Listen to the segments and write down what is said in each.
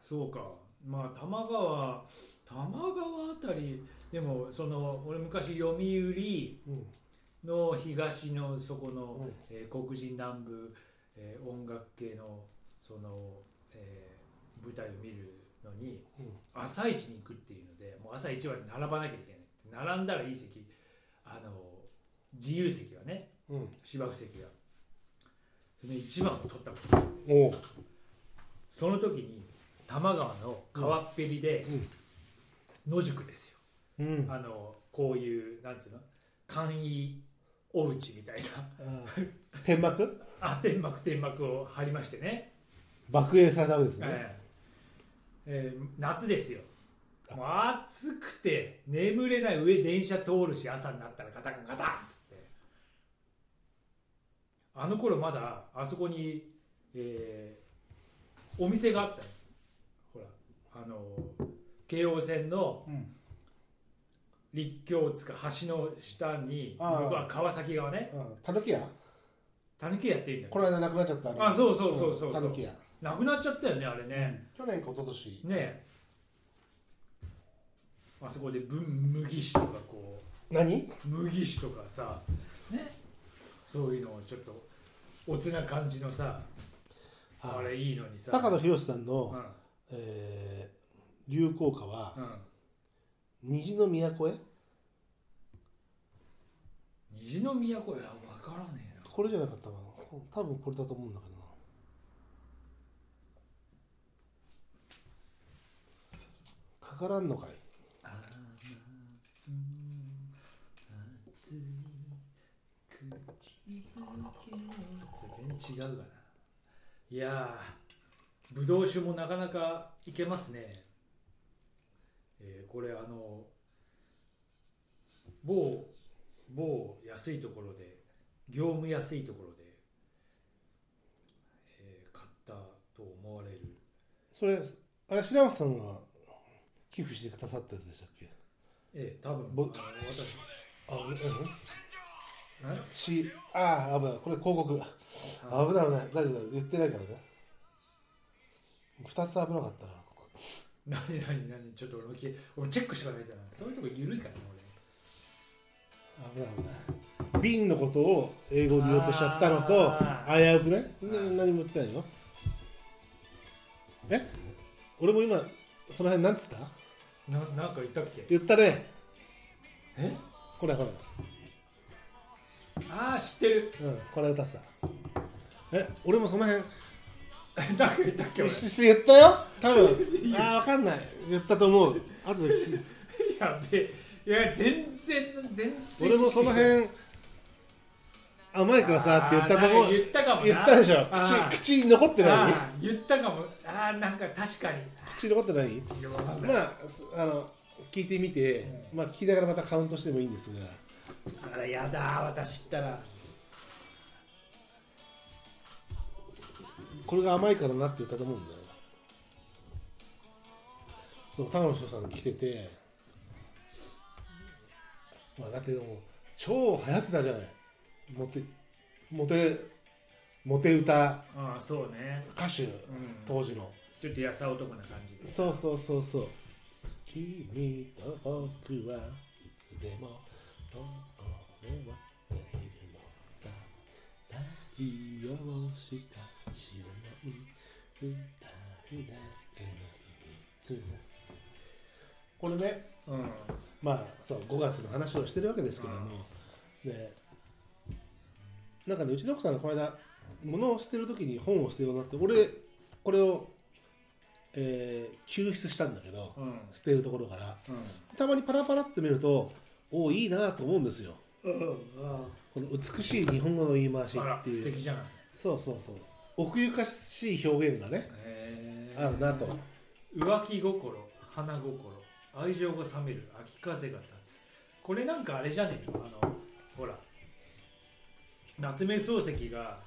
そうかまあ多摩川多摩川あたりでもその俺昔読売うんの東のそこの、うんえー黒人南部、えー音楽系のその、えー舞台を見るのにうん朝一に行くっていうのでもう朝一は並ばなきゃいけない並んだらいい席あの自由席はねうん芝生席がその一番を取ったことおうその時に多摩川の川っぺりでうん野宿ですよ、うん あのこういうなんていうの簡易お家みたいなあ天幕あ天幕天幕を張りましてね、爆栄されたわけですね、えええー夏ですよもう暑くて眠れない上電車通るし朝になったらガタンガタンっつってあの頃まだあそこに、えーお店があったのほらあの京王線のうん立教つか橋の下に僕ああは川崎側ねうんたぬき屋たぬきやってるんだよこの間なくなっちゃったのあそうそうそうそうそたうぬき屋なくなっちゃったよねあれね、去年か一昨年ねえあそこでぶ麦酒とかこ何う麦酒とかさねそういうのをちょっとおつな感じのさあれいいのにさ高野博さんうの、んえー流行歌はうん虹の都へ虹の都やわからねえなこれじゃなかったかな多分これだと思うんだけどなかからんのかい熱い口全然違うかないやーぶどう酒もなかなかいけますねえーこれあの某某安いところで業務安いところで、えー買ったと思われるそれあれ白松さんが寄付してくださったやつでしたっけええ多分ぼあの私あうんうんえ しああ危ないこれ広告危あない危ない大丈夫だ言ってないからね2つ危なかったなここ何何何ちょっと俺もき俺チェックしとかないとなそういうとこ緩いからな俺危ない危ない瓶のことを英語で言おうとしちゃったのとあ危うくねーな何も言ってないよえ俺も今その辺なんつったななんか言ったっけ言ったねえこれこれああ知ってる うんこれ歌ってたえ俺もその辺誰か言ったっけ俺しし言ったよ多分ああ分かんない言ったと思う後で聞くやべえいや全然全然俺もその辺甘いからさって言ったとあーなこんか言ったかもな言ったでしょあー口口に残ってないあー言ったかもああなんか確かに口に残ってないいやわかんないまあすあの聞いてみて、まあ、聞きながらまたカウントしてもいいんですがあらやだー私ったらこれが甘いからなって言ったと思うんだよそう高野翔さん来てて、まあ、だってもう超流行ってたじゃないモテモテモテ歌ああそうね歌手うん当時の、ちょっと優男な感じでそうそうそうそう君と僕はいつでもどこでもいるのさ太陽しか知らない二人だけの秘密これねうんうんまあそう5月の話をしてるわけですけども、でなんかねうちの奥さんがこの間物を捨てる時に本を捨てようになって俺これを、えー救出したんだけど、うん捨てるところからたまにパラパラって見るとおおいいなと思うんですようんこの美しい日本語の言い回しあらって素いう敵じゃないそうそうそう奥ゆかしい表現がねへーあるなと浮気心花心愛情が冷める秋風が立つこれなんかあれじゃねえのあのほら夏目漱石が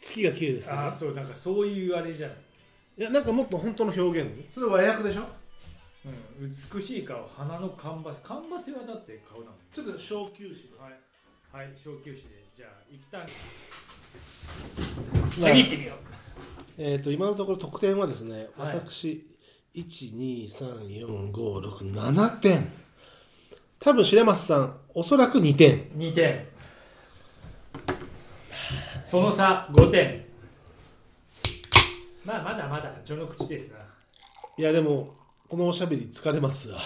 月が綺麗ですねああそうなんかそういうあれじゃない、いやなんかもっと本当の表現それ和訳でしょうん、美しい顔花のカンバスカンバスはだって顔なのちょっと小休止はいはい小休止でじゃあ一旦まあ次行ってみようえー、と今のところ得点はですね、はい私1234567点多分白松さんおそらく2点2点その差5点まあまだまだ序の口ですないやでもこのおしゃべり疲れますわ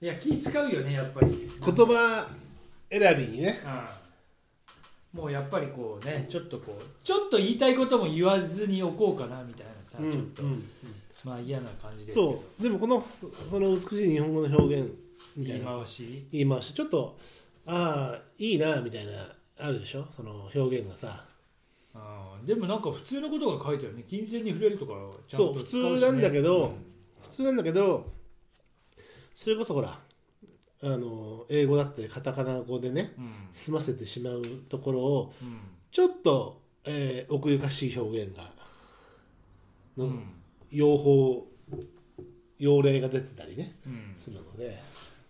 いや気使うよねやっぱり言葉選びにねうん、もうやっぱりこうねちょっとこうちょっと言いたいことも言わずにおこうかなみたいなさ、うんちょっとうんまあ嫌な感じでそうでもこのそその美しい日本語の表現みた言いいな回し言い回しちょっとああいいなみたいなあるでしょその表現がさあーでもなんか普通のことが書いてあるね金銭に触れるとかはちゃんとそう使しね普通なんだけど普通なんだけどそれこそほらあの英語だったりカタカナ語でねうん済ませてしまうところをうんうんちょっと、えー奥ゆかしい表現がうの、ん用法用例が出てたりねうんするので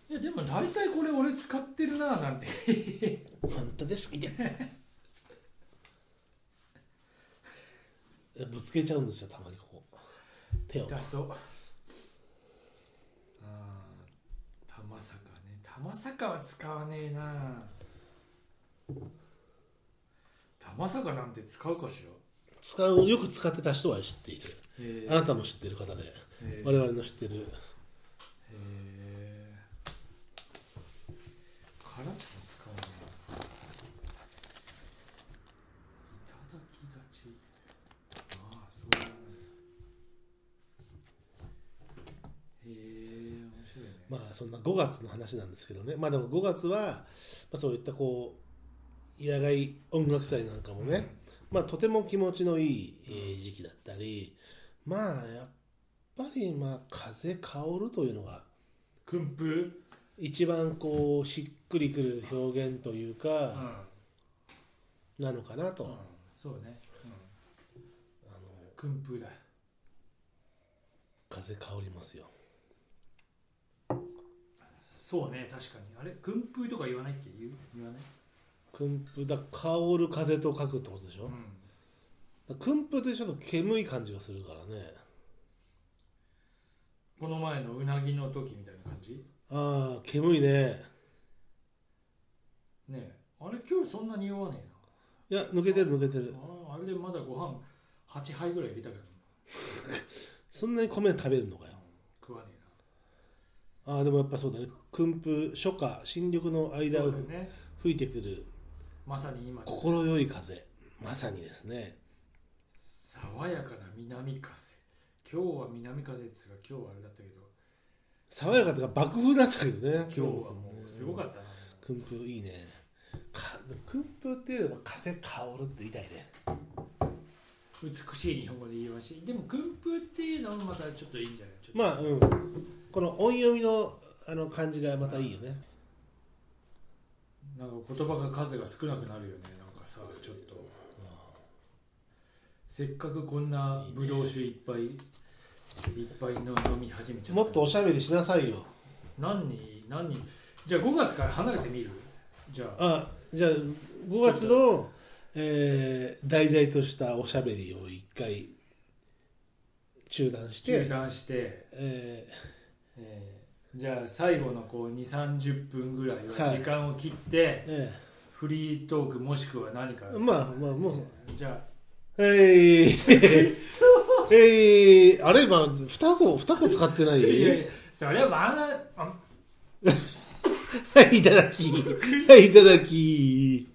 いやでも大体これ俺使ってるななんて本当ですきで ぶつけちゃうんですよたまにこう手を痛そうあーたまさかねたまさかは使わねえなたまさかなんて使うかしら使うよく使ってた人は知っているえあなたも知ってる方でえー我々の知ってるえーからちゃん使うねいただき立ちああそうだねへえ面白いねまあそんな5月の話なんですけどねまあでも5月は、まあ、そういったこう野外音楽祭なんかもね、まあとても気持ちのいいえー時期だったりまあやっぱりまあ風香るというのが訓風、一番こうしっくりくる表現といううか、んなのかなと、うんそうね、うん、あの訓風だ風香りますよそうね確かにあれ訓風とか言わないっけ言う言わない、訓風だ香る風と書くってことでしょ、うん訓風ってちょっと煙い感じがするからねこの前のうなぎの時みたいな感じああ煙いねねえあれ今日そんなに匂わねえないや抜けてる抜けてるああれでまだご飯8杯ぐらい入れたけどそんなに米食べるのかよ食わねえなああでもやっぱそうだね訓風初夏新緑の間そをうだよね吹いてくるまさに今心よい風まさにですね爽やかな南風今日は南風っつうか今日はあれだったけど爽やかとか爆風なんだけどね今日はもうすごかっったな、た訓風いいねか訓風っていうよりは風香るって言いたいね美しい日本語で言いましでも訓風っていうのもまたちょっといいんじゃないちょっとまあうんこの音読みのあの感じがまたいいよねなんか言葉が数が少なくなるよねなんかさちょっとせっかくこんなブドウ酒いっぱいいっぱいの飲み始めちゃったもっとおしゃべりしなさいよ何人何人じゃあ5月から離れてみるじゃああじゃあ5月の、えー題材としたおしゃべりを一回中断して中断してええーじゃあ最後のこう2 3 0分ぐらいははい時間を切って、ーえフリートークもしくは何かーまあまあもうじゃえー、あ えー、あれ今二個二個使ってないいやいやそれはワンあはいいただきはいいただきい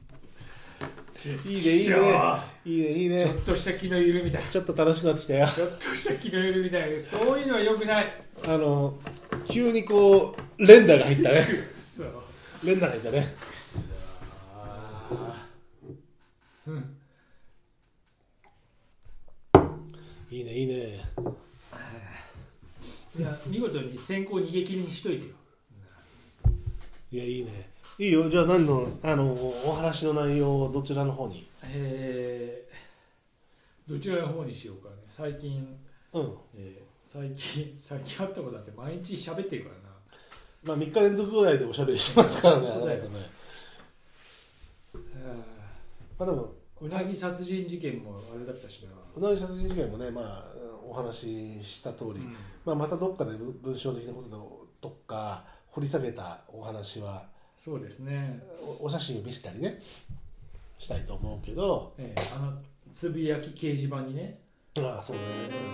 ちいねいいねいねいいちょねっとした気の緩みだちょっと楽しくなってきたよちょっとした気の緩みだよそういうのはよくないあの急にこう連打が入ったくねっそくっ連打が入ったねそうんいいねいいねいや見事に先行逃げ切りにしといてよいやいいねいいよじゃあ何のあのお話の内容をどちらの方にえーどちらの方にしようかね最近うんえー最近 最近あったことだって毎日喋ってるからなまあ3日連続ぐらいでおしゃべりしてますからねあそうだよなたねあまあでもうなぎ殺人事件もあれだったしな、うなぎ殺人事件もね、まあ、お話しした通り、うんまあ、またどっかで文文章的なことのとか掘り下げたお話はそうですね、おお写真を見せたりねしたいと思うけどええあのつぶやき掲示板にねああそうね、う